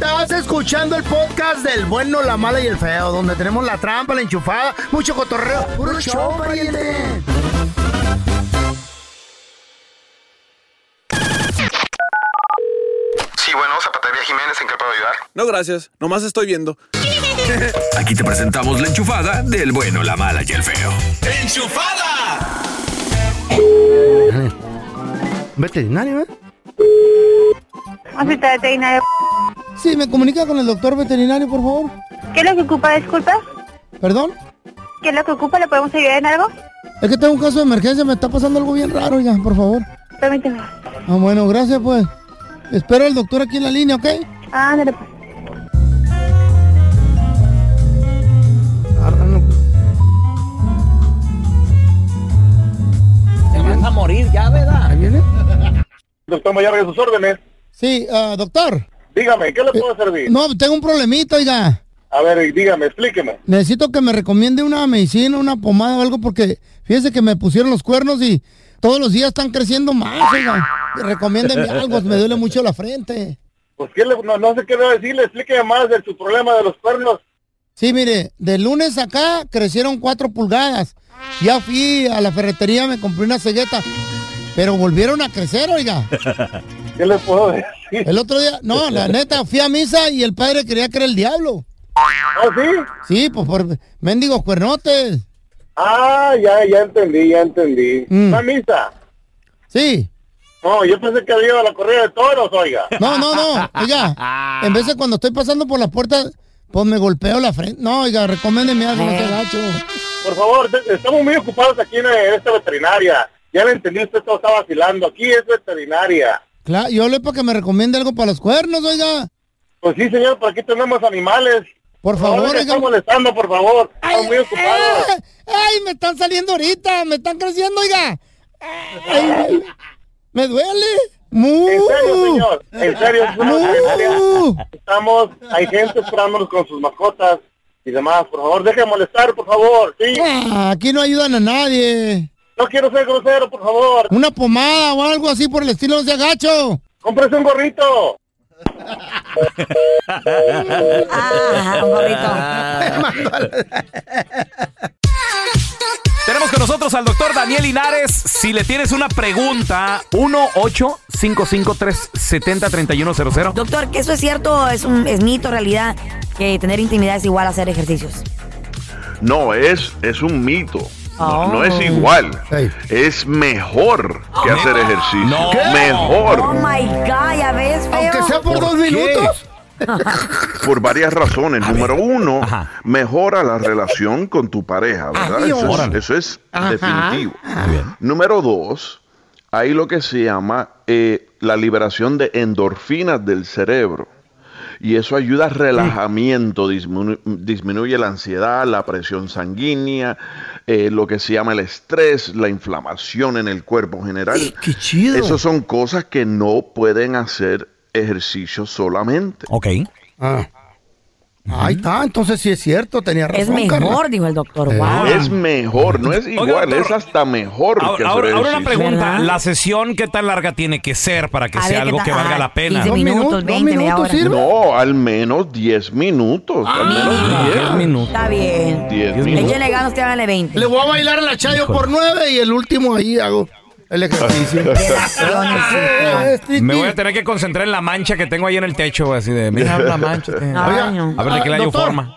[SPEAKER 5] Estás escuchando el podcast del bueno, la mala y el feo, donde tenemos la trampa, la enchufada, mucho cotorreo. ¡Puro show, pariente!
[SPEAKER 18] Sí, bueno, Zapatería Jiménez, ¿en qué puedo ayudar? No, gracias. Nomás estoy viendo.
[SPEAKER 13] Aquí te presentamos la enchufada del bueno, la mala y el feo.
[SPEAKER 18] ¡Enchufada!
[SPEAKER 5] Eh, Veterinario, ¿eh?
[SPEAKER 19] Hospital veterinario.
[SPEAKER 5] Sí, me comunica con el doctor veterinario, por favor.
[SPEAKER 19] ¿Qué es lo que ocupa, disculpa?
[SPEAKER 5] ¿Perdón?
[SPEAKER 19] ¿Qué es lo que ocupa? ¿Le podemos ayudar en algo?
[SPEAKER 5] Es que tengo un caso de emergencia, me está pasando algo bien raro ya, por favor.
[SPEAKER 19] Permíteme.
[SPEAKER 5] Ah, bueno, gracias, pues. Espero al doctor aquí en la línea, ¿ok?
[SPEAKER 19] Ándale, pues.
[SPEAKER 6] Te vas a morir ya, ¿verdad?
[SPEAKER 5] Ahí viene.
[SPEAKER 20] Doctor Mayarga, sus órdenes.
[SPEAKER 5] Sí, ah, doctor. Eh,
[SPEAKER 20] Dígame, ¿qué le puedo servir?
[SPEAKER 5] No, tengo un problemita, oiga.
[SPEAKER 20] A ver, dígame, explíqueme.
[SPEAKER 5] Necesito que me recomiende una medicina, una pomada o algo, porque fíjese que me pusieron los cuernos y todos los días están creciendo más, Ah, oiga. Recomiéndeme algo, me duele mucho la frente.
[SPEAKER 20] Pues, ¿qué le- no, no sé qué le voy a decirle. Explíqueme más de su problema de los cuernos.
[SPEAKER 5] Sí, mire, de lunes acá crecieron cuatro pulgadas. Ya fui a la ferretería, me compré una cegueta, pero volvieron a crecer, oiga.
[SPEAKER 20] ¿Qué le puedo decir?
[SPEAKER 5] El otro día, no, la neta, fui a misa y el padre creía que era el diablo.
[SPEAKER 20] ¿Ah, sí?
[SPEAKER 5] Sí, pues por mendigos cuernotes.
[SPEAKER 20] Ah, ya, ya entendí, ya entendí. ¿Va a misa?
[SPEAKER 5] Mm. Sí.
[SPEAKER 20] No, yo pensé que había ido a la corrida de toros, oiga.
[SPEAKER 5] No, no, no, oiga, en vez de cuando estoy pasando por la puerta, pues me golpeo la frente. No, oiga, recomiéndeme algo, no sea
[SPEAKER 20] Ah.
[SPEAKER 5] gacho.
[SPEAKER 20] Por favor, te- estamos muy ocupados aquí en eh, esta veterinaria. Ya le entendí, usted todo está vacilando. Aquí es veterinaria.
[SPEAKER 5] Claro, yo le para que me recomiende algo para los cuernos, oiga.
[SPEAKER 20] Pues sí, señor, por aquí tenemos animales.
[SPEAKER 5] Por favor,
[SPEAKER 20] no, me está
[SPEAKER 5] oiga.
[SPEAKER 20] molestando, por favor. Estamos muy ocupados.
[SPEAKER 5] ¡Ay! ¡Ay, me están saliendo ahorita! ¡Me están creciendo, oiga! ¡Ay! ¡Me duele! ¡Mu!
[SPEAKER 20] En serio, señor. En serio, es una veterinaria. Estamos, hay gente esperándonos con sus mascotas y demás. Por favor, deje de molestar, por favor. Sí.
[SPEAKER 5] Ah, Aquí no ayudan a nadie.
[SPEAKER 20] No quiero ser grosero, por favor.
[SPEAKER 5] Una pomada o algo así por el estilo, no sea gacho.
[SPEAKER 20] ¡Cómprese un gorrito!
[SPEAKER 3] Ah,
[SPEAKER 6] Ah,
[SPEAKER 4] Tenemos con nosotros al doctor Daniel Linares. Si le tienes una pregunta, 1 8 70 3100
[SPEAKER 3] Doctor, que eso es cierto, es un es mito, realidad, que tener intimidad es igual a hacer ejercicios.
[SPEAKER 21] No, es, es un mito. No,
[SPEAKER 3] Oh.
[SPEAKER 21] no es igual. Es mejor que hacer ejercicio. Mejor.
[SPEAKER 3] Oh my God, ya ves, feo. Aunque sea
[SPEAKER 5] por, dos
[SPEAKER 21] minutos. Por varias razones. Número uno, mejora la relación con tu pareja, ¿verdad? Eso
[SPEAKER 22] Adiós.
[SPEAKER 21] es,
[SPEAKER 22] Órale.
[SPEAKER 21] eso es
[SPEAKER 22] Ajá.
[SPEAKER 21] definitivo. Número dos, hay lo que se llama eh, la liberación de endorfinas del cerebro. Y eso ayuda al relajamiento, disminu- disminuye la ansiedad, la presión sanguínea, eh, lo que se llama el estrés, la inflamación en el cuerpo en general.
[SPEAKER 5] ¡Qué chido!
[SPEAKER 21] Esas son cosas que no pueden hacer ejercicio solamente.
[SPEAKER 4] Ok.
[SPEAKER 5] Ah. Ahí está, entonces sí es cierto, tenía razón. Eh,
[SPEAKER 3] Es mejor, dijo el doctor. Wow.
[SPEAKER 21] Es mejor, no es
[SPEAKER 4] Oiga,
[SPEAKER 21] igual, es hasta mejor que
[SPEAKER 4] Ahora,
[SPEAKER 21] hacer
[SPEAKER 4] ahora- ahora
[SPEAKER 21] ejercicio.
[SPEAKER 4] una pregunta. ¿La sesión qué tan larga tiene que ser para que
[SPEAKER 3] A
[SPEAKER 4] sea
[SPEAKER 3] ver, ¿qué
[SPEAKER 4] algo
[SPEAKER 3] tal?
[SPEAKER 4] que valga
[SPEAKER 3] Ah,
[SPEAKER 4] la pena?
[SPEAKER 3] 15 Dos minutos, minutos, dos 20, media minutos hora. sirve.
[SPEAKER 21] No, al menos 10 minutos. al menos 10
[SPEAKER 4] Ah. minutos.
[SPEAKER 3] Está bien.
[SPEAKER 21] 10 minutos.
[SPEAKER 3] Échale ganas, usted vale 20.
[SPEAKER 5] Le voy a bailar a la Chayo por nueve y el último ahí hago el ejercicio. Eh, este
[SPEAKER 4] Me voy a tener que concentrar en la mancha que tengo ahí en el techo, así de, mira la mancha. que-
[SPEAKER 5] Oiga,
[SPEAKER 4] a ver de qué
[SPEAKER 5] ah,
[SPEAKER 4] le hallo
[SPEAKER 5] doctor,
[SPEAKER 4] forma.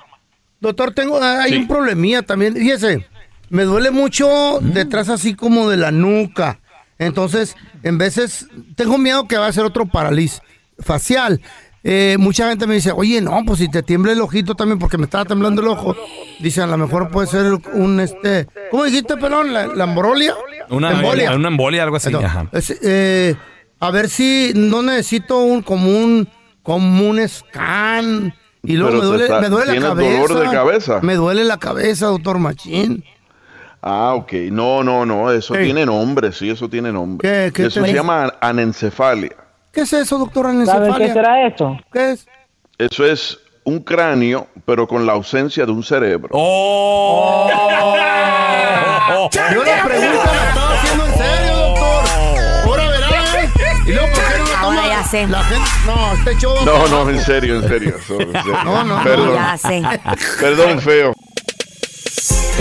[SPEAKER 5] Doctor, tengo, ah, hay un problemía también. Fíjese, me duele mucho detrás así como de la nuca. Entonces, en veces, tengo miedo que va a ser otro parálisis facial. Eh, mucha gente me dice, oye, no, pues si te tiembla el ojito también, porque me estaba temblando el ojo. Dice, a lo mejor puede ser un, este, ¿cómo dijiste, pelón? ¿La, la embrolia?
[SPEAKER 4] Una
[SPEAKER 5] Embolia.
[SPEAKER 4] embolia, una embolia algo así.
[SPEAKER 5] Entonces,
[SPEAKER 4] ajá.
[SPEAKER 5] es- eh, a ver si no necesito un común como un scan y luego
[SPEAKER 21] Pero
[SPEAKER 5] me
[SPEAKER 21] te
[SPEAKER 5] duele,
[SPEAKER 21] está-
[SPEAKER 5] me duele la
[SPEAKER 21] ¿tienes
[SPEAKER 5] cabeza.
[SPEAKER 21] dolor de cabeza?
[SPEAKER 5] Me duele la cabeza, doctor Machín.
[SPEAKER 21] Ah, ok. No, no, no. Eso
[SPEAKER 5] Ey.
[SPEAKER 21] tiene nombre, sí, eso tiene nombre.
[SPEAKER 5] ¿Qué- qué
[SPEAKER 21] eso
[SPEAKER 5] te-
[SPEAKER 21] se llama anencefalia.
[SPEAKER 5] ¿Qué es eso, doctor
[SPEAKER 21] ¿Sabe
[SPEAKER 5] Anencefalia?
[SPEAKER 21] qué será
[SPEAKER 5] eso? ¿Qué es?
[SPEAKER 21] Eso es un cráneo, pero con la ausencia de un cerebro.
[SPEAKER 5] Oh. Yo la pregunta la estaba haciendo en serio, doctor. Ahora verá, ¿eh? Y luego, ¿por qué no la toma la gente? No, este show...
[SPEAKER 21] No, no, en serio, en serio. eso, en serio.
[SPEAKER 5] No, no, no,
[SPEAKER 21] Perdón.
[SPEAKER 5] ya sé.
[SPEAKER 21] Perdón, feo.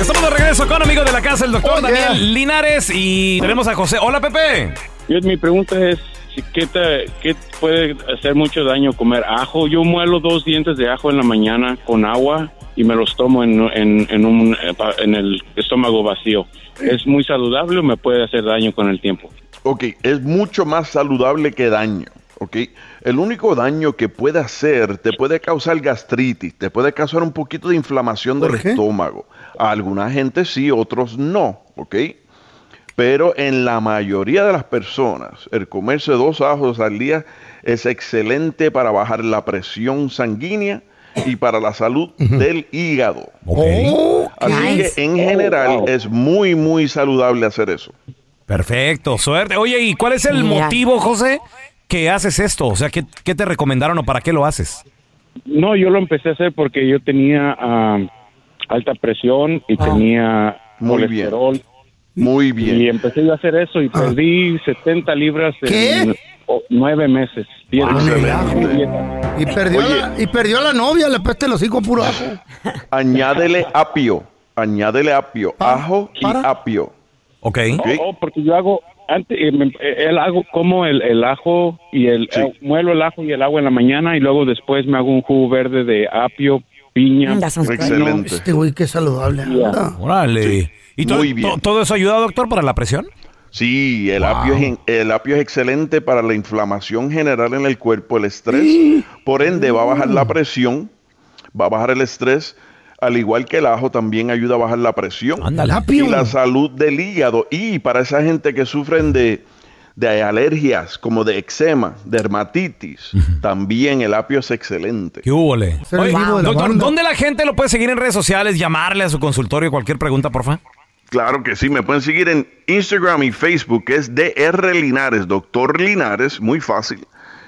[SPEAKER 4] Estamos de regreso con amigo de
[SPEAKER 5] Oh,
[SPEAKER 4] la casa, el doctor Daniel Linares, y tenemos a José. Hola, Pepe.
[SPEAKER 23] Yo, mi pregunta es
[SPEAKER 24] si- ¿qué, te, qué te puede hacer mucho daño comer ajo? Yo muelo dos dientes de ajo en la mañana con agua y me los tomo en, en- en un, eh, pa- en el estómago vacío. ¿Es muy saludable o me puede hacer daño con el tiempo?
[SPEAKER 21] Ok, es mucho más saludable que daño. Ok, el único daño que puede hacer te puede causar gastritis, te puede causar un poquito de inflamación del estómago. A alguna gente sí, otros no. Ok, pero en la mayoría de las personas, el comerse dos ajos al día es excelente para bajar la presión sanguínea y para la salud del hígado. Así que en general es muy, muy saludable hacer eso.
[SPEAKER 4] Perfecto, suerte. Oye, ¿y cuál es el
[SPEAKER 21] Mira.
[SPEAKER 4] motivo, José, que haces esto? O sea, ¿qué, qué te recomendaron o para qué lo haces?
[SPEAKER 24] No, yo lo empecé a hacer porque yo tenía ah, alta presión y tenía
[SPEAKER 21] Ah. Muy bien.
[SPEAKER 24] colesterol.
[SPEAKER 21] Muy bien. Ah.
[SPEAKER 24] Y empecé yo a hacer eso y perdí 70 libras en oh, nueve meses.
[SPEAKER 21] Ah,
[SPEAKER 24] Diez-
[SPEAKER 5] Y perdió, la, y perdió a la novia, le peste los hijos puro ajo.
[SPEAKER 21] Añádele apio. Añádele apio. ajo y apio.
[SPEAKER 4] Ok.
[SPEAKER 24] Oh, oh, porque yo hago, antes, eh, me- eh, él hago como el, el ajo y el, eh, muelo el ajo y el agua en la mañana y luego después me hago un jugo verde de apio, piña.
[SPEAKER 5] Excelente. Este güey, qué saludable. anda.
[SPEAKER 4] Órale. ¿Y todo, to- todo eso ayuda, doctor, para la presión?
[SPEAKER 21] Sí, el, apio es, en- el apio es excelente para la inflamación general en el cuerpo, el estrés. Por ende, va a bajar la presión, va a bajar el estrés, al igual que el ajo también ayuda a bajar la presión y la salud del hígado. Y para esa gente que sufren de, de alergias, como de eczema, de dermatitis, también el apio es excelente.
[SPEAKER 4] ¿Qué hubo, le?
[SPEAKER 21] Ser el vivo de la
[SPEAKER 4] doctor,
[SPEAKER 21] banda.
[SPEAKER 4] ¿dónde la gente lo puede seguir en redes sociales, llamarle a su consultorio, cualquier pregunta, porfa?
[SPEAKER 21] Claro que sí, me pueden seguir en Instagram y Facebook, que es DR Linares, Doctor Linares, muy fácil.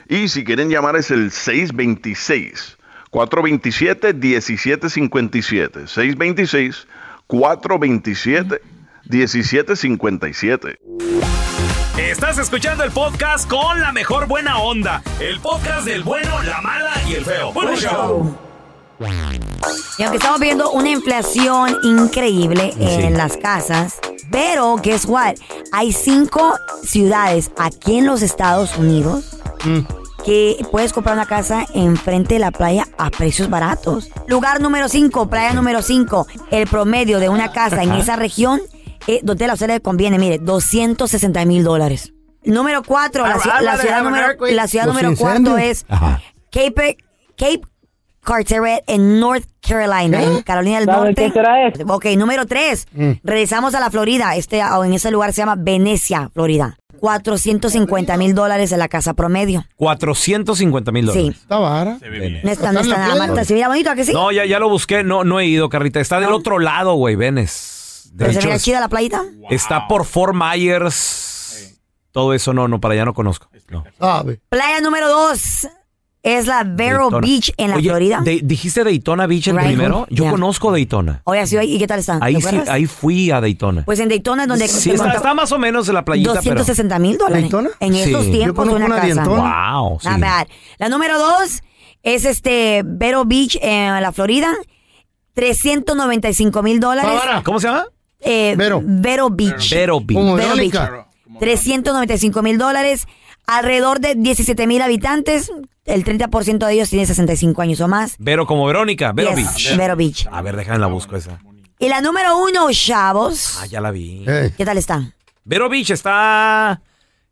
[SPEAKER 21] Y si quieren llamar es el 626 427 1757, 626 427 1757.
[SPEAKER 4] Estás escuchando el podcast con la mejor buena onda. El podcast del bueno, la mala y el feo. Bueno, show.
[SPEAKER 3] Y aunque estamos viendo una inflación increíble en las casas, pero guess what? Hay cinco ciudades aquí en los Estados Unidos
[SPEAKER 5] Mm.
[SPEAKER 3] que puedes comprar una casa enfrente de la playa a precios baratos. Lugar número 5, playa número 5. El promedio de una casa en
[SPEAKER 1] Ajá.
[SPEAKER 3] esa región, eh, donde a usted le conviene, mire, 260 mil dólares. Número 4,
[SPEAKER 5] Ah,
[SPEAKER 3] la, ci- la ciudad número, la ciudad número 4 es Cape, Cape Carteret en North Carolina, en Carolina del
[SPEAKER 1] ¿Sabe
[SPEAKER 3] Norte.
[SPEAKER 1] ¿Eh? qué será eso?
[SPEAKER 3] Ok, número tres.
[SPEAKER 1] Mm.
[SPEAKER 3] Regresamos a la Florida. Este, o en ese lugar se llama Venecia, Florida. 450 mil dólares en la casa promedio.
[SPEAKER 4] 450 mil dólares.
[SPEAKER 3] Sí. Está vara. No está, no está nada mal. Se mira bonito, ¿a que sí?
[SPEAKER 4] No, ya, ya lo busqué. No, no he ido, Carrita. Está del otro lado, güey, Venes. De
[SPEAKER 3] Pero
[SPEAKER 21] Pues
[SPEAKER 3] se
[SPEAKER 4] hecho,
[SPEAKER 3] mira
[SPEAKER 4] es-
[SPEAKER 3] chida la playita.
[SPEAKER 4] está por Fort Myers. Todo eso no, no, para allá no conozco. No.
[SPEAKER 3] Playa número dos es la Vero
[SPEAKER 4] Daytona.
[SPEAKER 3] Beach en la
[SPEAKER 4] Oye,
[SPEAKER 3] Florida.
[SPEAKER 4] de- dijiste Daytona Beach el
[SPEAKER 3] Right. Oh,
[SPEAKER 4] primero. Yo
[SPEAKER 3] Yeah.
[SPEAKER 4] conozco Daytona.
[SPEAKER 3] Oye, sí, ¿y qué tal están?
[SPEAKER 4] Ahí
[SPEAKER 3] ¿Te
[SPEAKER 4] sí,
[SPEAKER 3] acuerdas?
[SPEAKER 4] ahí fui a Daytona.
[SPEAKER 3] Pues en Daytona es donde
[SPEAKER 4] sí,
[SPEAKER 3] te
[SPEAKER 4] está,
[SPEAKER 3] contaba-
[SPEAKER 4] está más o menos en la playita, pero-
[SPEAKER 3] 260 mil dólares. En esos
[SPEAKER 4] Sí.
[SPEAKER 3] tiempos una, casa.
[SPEAKER 4] Wow, sí.
[SPEAKER 3] Not bad. La número dos es este Vero Beach en la Florida. 395 mil dólares.
[SPEAKER 4] ¿Cómo se llama?
[SPEAKER 3] Eh, Vero. Beach.
[SPEAKER 4] Vero Beach. Como
[SPEAKER 3] Vero Beach.
[SPEAKER 4] Verónica.
[SPEAKER 3] 395 mil dólares. Alrededor de 17 mil habitantes. El 30% de ellos tiene 65 años o más.
[SPEAKER 4] Vero como Verónica, Vero
[SPEAKER 3] Yes,
[SPEAKER 4] Beach.
[SPEAKER 3] Vero Beach.
[SPEAKER 4] A ver, déjame la busco esa.
[SPEAKER 3] Y la número uno, chavos.
[SPEAKER 4] Ah, ya la vi.
[SPEAKER 3] ¿Qué tal están?
[SPEAKER 4] Vero Beach está.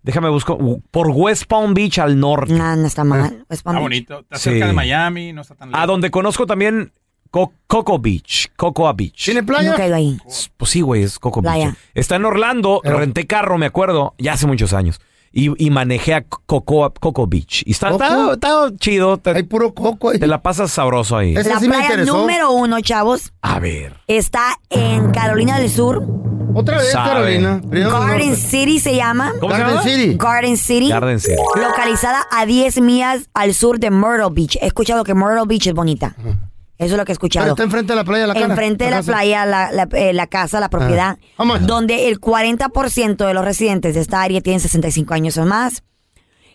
[SPEAKER 4] Déjame busco. u- Por West Palm Beach al norte.
[SPEAKER 3] Ah, No, no está mal. West
[SPEAKER 4] Está
[SPEAKER 3] Palm Beach.
[SPEAKER 4] bonito.
[SPEAKER 3] está cerca de Miami,
[SPEAKER 4] no está tan lejos. A donde conozco también Co- Cocoa Beach. Cocoa Beach. ¿Tiene
[SPEAKER 3] playa? Nunca he ido ahí.
[SPEAKER 4] Pues sí, güey, es Cocoa Beach.
[SPEAKER 3] Playa.
[SPEAKER 4] Está en Orlando, renté carro, me acuerdo, ya hace muchos años. Y, y manejé a Cocoa, Cocoa Beach. Y está, está, está chido. Hay puro coco ahí. Te la pasas sabroso ahí.
[SPEAKER 3] la playa número uno, chavos,
[SPEAKER 4] A ver.
[SPEAKER 3] está en Carolina del Sur.
[SPEAKER 5] Otra vez,
[SPEAKER 4] Sabe.
[SPEAKER 5] Carolina. Primero del
[SPEAKER 3] Garden
[SPEAKER 5] norte.
[SPEAKER 3] City se llama.
[SPEAKER 5] ¿Cómo se Garden llama? City.
[SPEAKER 3] Garden City.
[SPEAKER 4] Garden City.
[SPEAKER 3] Localizada a 10 millas al sur de Myrtle Beach. He escuchado que Myrtle Beach es bonita. Eso es lo que he escuchado.
[SPEAKER 5] Pero está enfrente de la playa, la cara.
[SPEAKER 3] Enfrente de la
[SPEAKER 5] casa.
[SPEAKER 3] playa, la, la- eh, la casa, la propiedad, donde el 40% de los residentes de esta área tienen 65 años o más.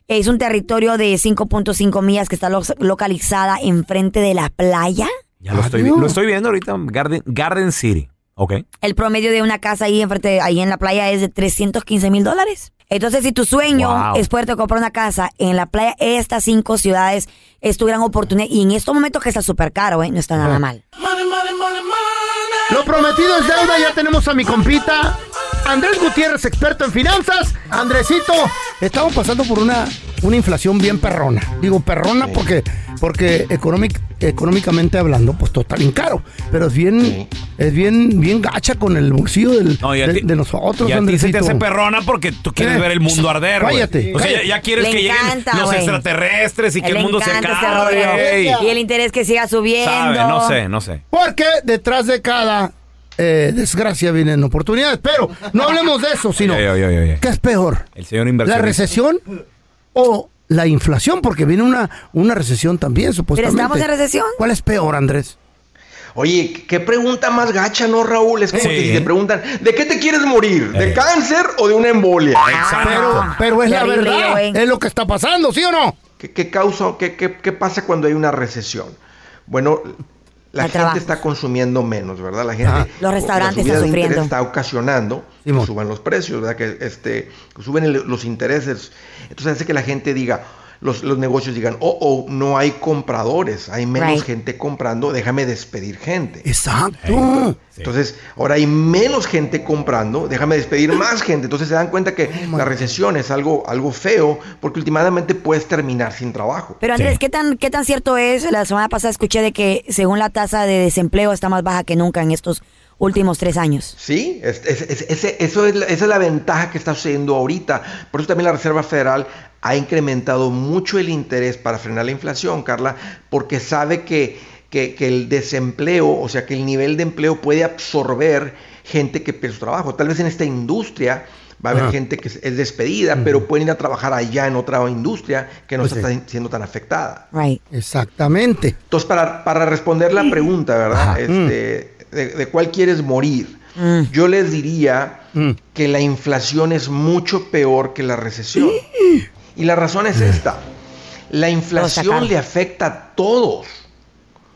[SPEAKER 3] Es un territorio de 5.5 millas que está lo- localizada enfrente de la playa.
[SPEAKER 4] Ya lo estoy, vi- lo estoy viendo ahorita. Garden, Garden City. Ok.
[SPEAKER 3] El promedio de una casa ahí, enfrente, ahí en la playa es de 315 mil dólares. Entonces, si tu sueño
[SPEAKER 1] Wow.
[SPEAKER 3] es poderte comprar una casa en la playa, estas cinco ciudades es tu gran oportunidad. Y en estos momentos que está súper caro, ¿eh? no está nada mal.
[SPEAKER 5] Lo prometido es deuda, ya tenemos a mi compita. Andrés Gutiérrez, experto en finanzas. Andresito, estamos pasando por una, una inflación bien perrona. Digo perrona porque, porque economic- económicamente hablando, pues todo está bien caro. Pero es bien, es bien, bien gacha con el bolsillo del-
[SPEAKER 4] y a
[SPEAKER 5] de,
[SPEAKER 4] ti-
[SPEAKER 5] de nosotros,
[SPEAKER 4] y a ti se te
[SPEAKER 5] Andresito.
[SPEAKER 4] hace perrona porque tú quieres
[SPEAKER 5] Eh,
[SPEAKER 4] ver el mundo arder. güey.
[SPEAKER 5] cállate,
[SPEAKER 4] O sea, ya,
[SPEAKER 5] cállate.
[SPEAKER 4] ya quieres
[SPEAKER 3] Le
[SPEAKER 4] que
[SPEAKER 3] encanta,
[SPEAKER 4] lleguen los
[SPEAKER 3] güey.
[SPEAKER 4] extraterrestres y que
[SPEAKER 3] Le
[SPEAKER 4] el mundo se
[SPEAKER 3] encanta este
[SPEAKER 4] acabe.
[SPEAKER 3] rollo.
[SPEAKER 4] ey.
[SPEAKER 3] Y el interés que siga subiendo.
[SPEAKER 4] Sabe, no sé, no sé.
[SPEAKER 5] Porque detrás de cada eh, desgracia vienen oportunidades. Pero no hablemos de eso, sino
[SPEAKER 4] Oye, oye, oye, oye.
[SPEAKER 5] ¿qué es peor?
[SPEAKER 4] El señor
[SPEAKER 5] ¿La
[SPEAKER 4] inversionista.
[SPEAKER 5] recesión o la inflación? Porque viene una, una recesión también, supuestamente.
[SPEAKER 2] estamos en recesión.
[SPEAKER 5] ¿Cuál es peor, Andrés?
[SPEAKER 2] Oye, qué pregunta más gacha, ¿no, Raúl? Es como que si te preguntan, ¿de qué te quieres morir?
[SPEAKER 3] Eh.
[SPEAKER 2] ¿De cáncer o de una embolia?
[SPEAKER 5] Pero, pero es la verdad, es lo que está pasando, ¿sí o no?
[SPEAKER 2] ¿Qué, qué causa, qué, qué, qué pasa cuando hay una recesión? Bueno, la gente
[SPEAKER 3] trabajo.
[SPEAKER 2] está consumiendo menos, ¿verdad? La gente.
[SPEAKER 3] Ajá. Los restaurantes
[SPEAKER 2] la subida
[SPEAKER 3] están
[SPEAKER 2] de interés
[SPEAKER 3] sufriendo.
[SPEAKER 2] Está ocasionando que suban los precios, ¿verdad? Que este, que suben el- los intereses. Entonces hace que la gente diga. Los, los negocios digan, oh, oh, no hay compradores, hay menos
[SPEAKER 5] Right.
[SPEAKER 2] gente comprando, déjame despedir gente.
[SPEAKER 5] Exacto.
[SPEAKER 2] Entonces, ahora hay menos gente comprando, déjame despedir más gente. Entonces se dan cuenta que
[SPEAKER 3] Oh
[SPEAKER 2] la recesión es algo, algo feo, porque últimamente puedes terminar sin trabajo.
[SPEAKER 3] Pero Andrés, ¿qué, tan, ¿qué tan cierto es? La semana pasada escuché de que según la tasa de desempleo está más baja que nunca en estos últimos tres años.
[SPEAKER 2] Sí, es- es- es- ese- eso es la- esa es la ventaja que está sucediendo ahorita. Por eso también la Reserva Federal ha incrementado mucho el interés para frenar la inflación, Carla, porque sabe que, que- que el desempleo, o sea, que el nivel de empleo puede absorber gente que pierde su trabajo. Tal vez en esta industria va a haber
[SPEAKER 11] Ajá.
[SPEAKER 2] gente que es, es despedida, pero pueden ir a trabajar allá en otra industria que no
[SPEAKER 5] Pues
[SPEAKER 2] está
[SPEAKER 5] sí.
[SPEAKER 2] siendo tan afectada.
[SPEAKER 5] Exactamente.
[SPEAKER 2] Entonces, para, para responder la pregunta, ¿verdad? Este, de, de cuál quieres morir? Yo les diría que la inflación es mucho peor que la recesión. Y la razón es esta. La inflación le afecta a todos.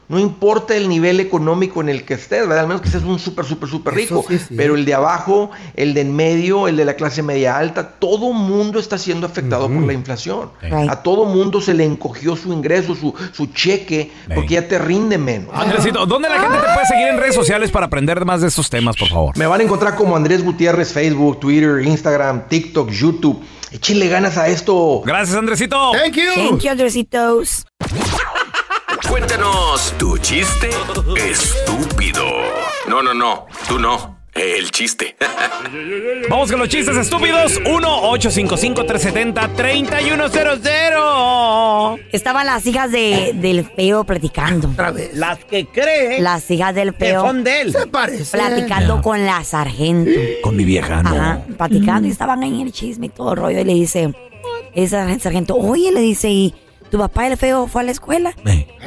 [SPEAKER 2] No importa el nivel económico en el que estés, ¿verdad? Al menos que seas un súper, súper, súper rico. Pero el de abajo, el de en medio, el de la clase media alta, todo mundo está siendo afectado por la inflación.
[SPEAKER 3] Right.
[SPEAKER 2] A todo mundo se le encogió su ingreso, su, su cheque, porque ya te rinde menos.
[SPEAKER 4] Andresito, ¿dónde la gente te puede seguir en redes sociales para aprender más de estos temas, por favor?
[SPEAKER 2] Me van a encontrar como Andrés Gutiérrez, Facebook, Twitter, Instagram, TikTok, YouTube. Échenle ganas a esto.
[SPEAKER 4] Gracias, Andresito.
[SPEAKER 2] Thank you.
[SPEAKER 3] Thank you, Andresitos.
[SPEAKER 13] Cuéntanos tu chiste estúpido. No, no, no. Tú no. El chiste.
[SPEAKER 4] Vamos con los chistes estúpidos. 1-855-370-3100.
[SPEAKER 3] Estaban las hijas de, del feo platicando.
[SPEAKER 6] Las que creen.
[SPEAKER 3] Las hijas del
[SPEAKER 6] que
[SPEAKER 3] feo.
[SPEAKER 6] son de él. Se
[SPEAKER 5] parece.
[SPEAKER 3] Platicando con la sargento.
[SPEAKER 4] Con mi vieja, no.
[SPEAKER 3] Ajá, platicando y estaban ahí en el chisme y todo el rollo. Y le dice, esa sargento, oye, le dice, ¿y tu papá el feo fue a la escuela?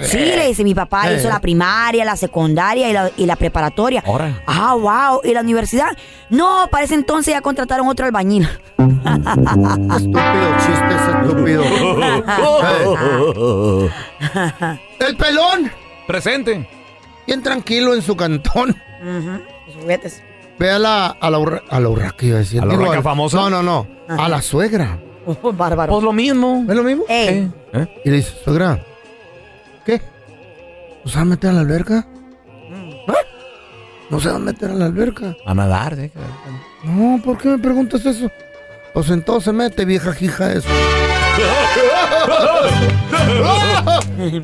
[SPEAKER 3] Sí, le dice, mi papá
[SPEAKER 1] Eh.
[SPEAKER 3] hizo la primaria, la secundaria y la, y la preparatoria.
[SPEAKER 1] Ahora.
[SPEAKER 3] Ah, wow, ¿y la universidad? No, para ese entonces ya contrataron otro albañil.
[SPEAKER 5] Estúpido, chistes estúpidos. El pelón.
[SPEAKER 4] Presente.
[SPEAKER 5] Bien tranquilo en su cantón.
[SPEAKER 3] Los juguetes.
[SPEAKER 5] Ve a la, a la, urra- a la urraca, iba a decir.
[SPEAKER 4] ¿A la
[SPEAKER 5] Digo,
[SPEAKER 4] urraca
[SPEAKER 5] al-
[SPEAKER 4] famosa?
[SPEAKER 5] No, no, no. A la suegra.
[SPEAKER 3] bárbaro.
[SPEAKER 4] Pues lo mismo.
[SPEAKER 5] Oh, ¿Es lo mismo? Eh.
[SPEAKER 3] Ey.
[SPEAKER 4] ¿Eh?
[SPEAKER 5] Y le dice, suegra, ¿qué? ¿No se va a meter a la alberca?
[SPEAKER 2] Mm.
[SPEAKER 5] ¿Ah? ¿No se va a meter a la alberca?
[SPEAKER 4] A nadar, ¿eh?
[SPEAKER 5] No, ¿por qué me preguntas eso? Pues entonces mete, vieja hija eso.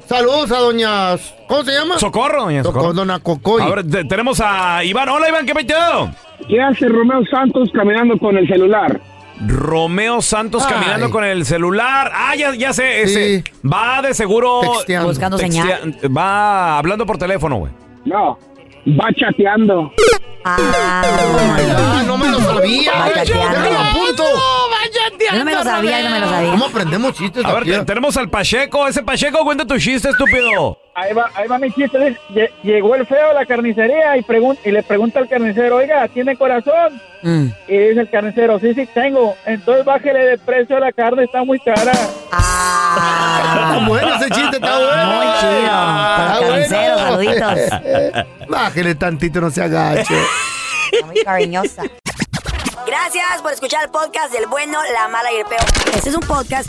[SPEAKER 5] Saludos a doña... ¿Cómo se llama?
[SPEAKER 4] Socorro, doña Socorro.
[SPEAKER 5] Dona Cocoy.
[SPEAKER 4] Ahora te- tenemos a Iván. Hola, Iván, ¿qué metido?
[SPEAKER 8] ¿Qué hace Romeo Santos caminando con el celular?
[SPEAKER 4] Romeo Santos caminando con el celular. Ah, ya, ya sé, ese. Va de seguro.
[SPEAKER 8] Texteando. Buscando señal.
[SPEAKER 4] Va hablando por teléfono, güey.
[SPEAKER 8] No, va chateando.
[SPEAKER 3] Ah,
[SPEAKER 5] Ah, no me lo sabía. Déjalo a punto.
[SPEAKER 3] No me lo sabía, no me lo sabía.
[SPEAKER 5] ¿Cómo aprendemos chistes?
[SPEAKER 4] A ver, te- tenemos al Pacheco. Ese Pacheco, cuenta tu chiste, estúpido.
[SPEAKER 15] Ahí va, ahí va mi chiste. Dice, "Lle- Llegó el feo a la carnicería y, pregun- y le pregunta al carnicero, oiga, ¿tiene corazón? Y dice el carnicero, sí, sí, tengo. Entonces bájele de precio a la carne, está muy cara.
[SPEAKER 5] Está bueno ese chiste, está bueno. Ah. Muy chido. Para
[SPEAKER 3] carnicero,
[SPEAKER 5] Bájele tantito, no se agache.
[SPEAKER 3] Está muy cariñosa. Gracias por escuchar el podcast del bueno, la mala y el peor. Este es un podcast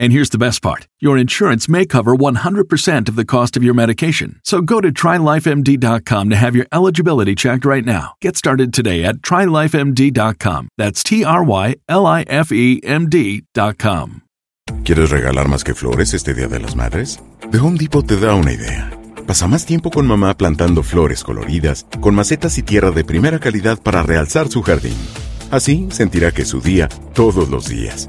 [SPEAKER 11] And here's the best part your insurance may cover 100% of the cost of your medication. So go to trylifemd.com to have your eligibility checked right now. Get started today at trylifemd.com. That's T R Y L I F E M D.com.
[SPEAKER 22] ¿Quieres regalar más que flores este Día de las Madres? The Home Depot te da una idea. Pasa más tiempo con mamá plantando flores coloridas, con macetas y tierra de primera calidad para realzar su jardín. Así sentirá que es su día todos los días.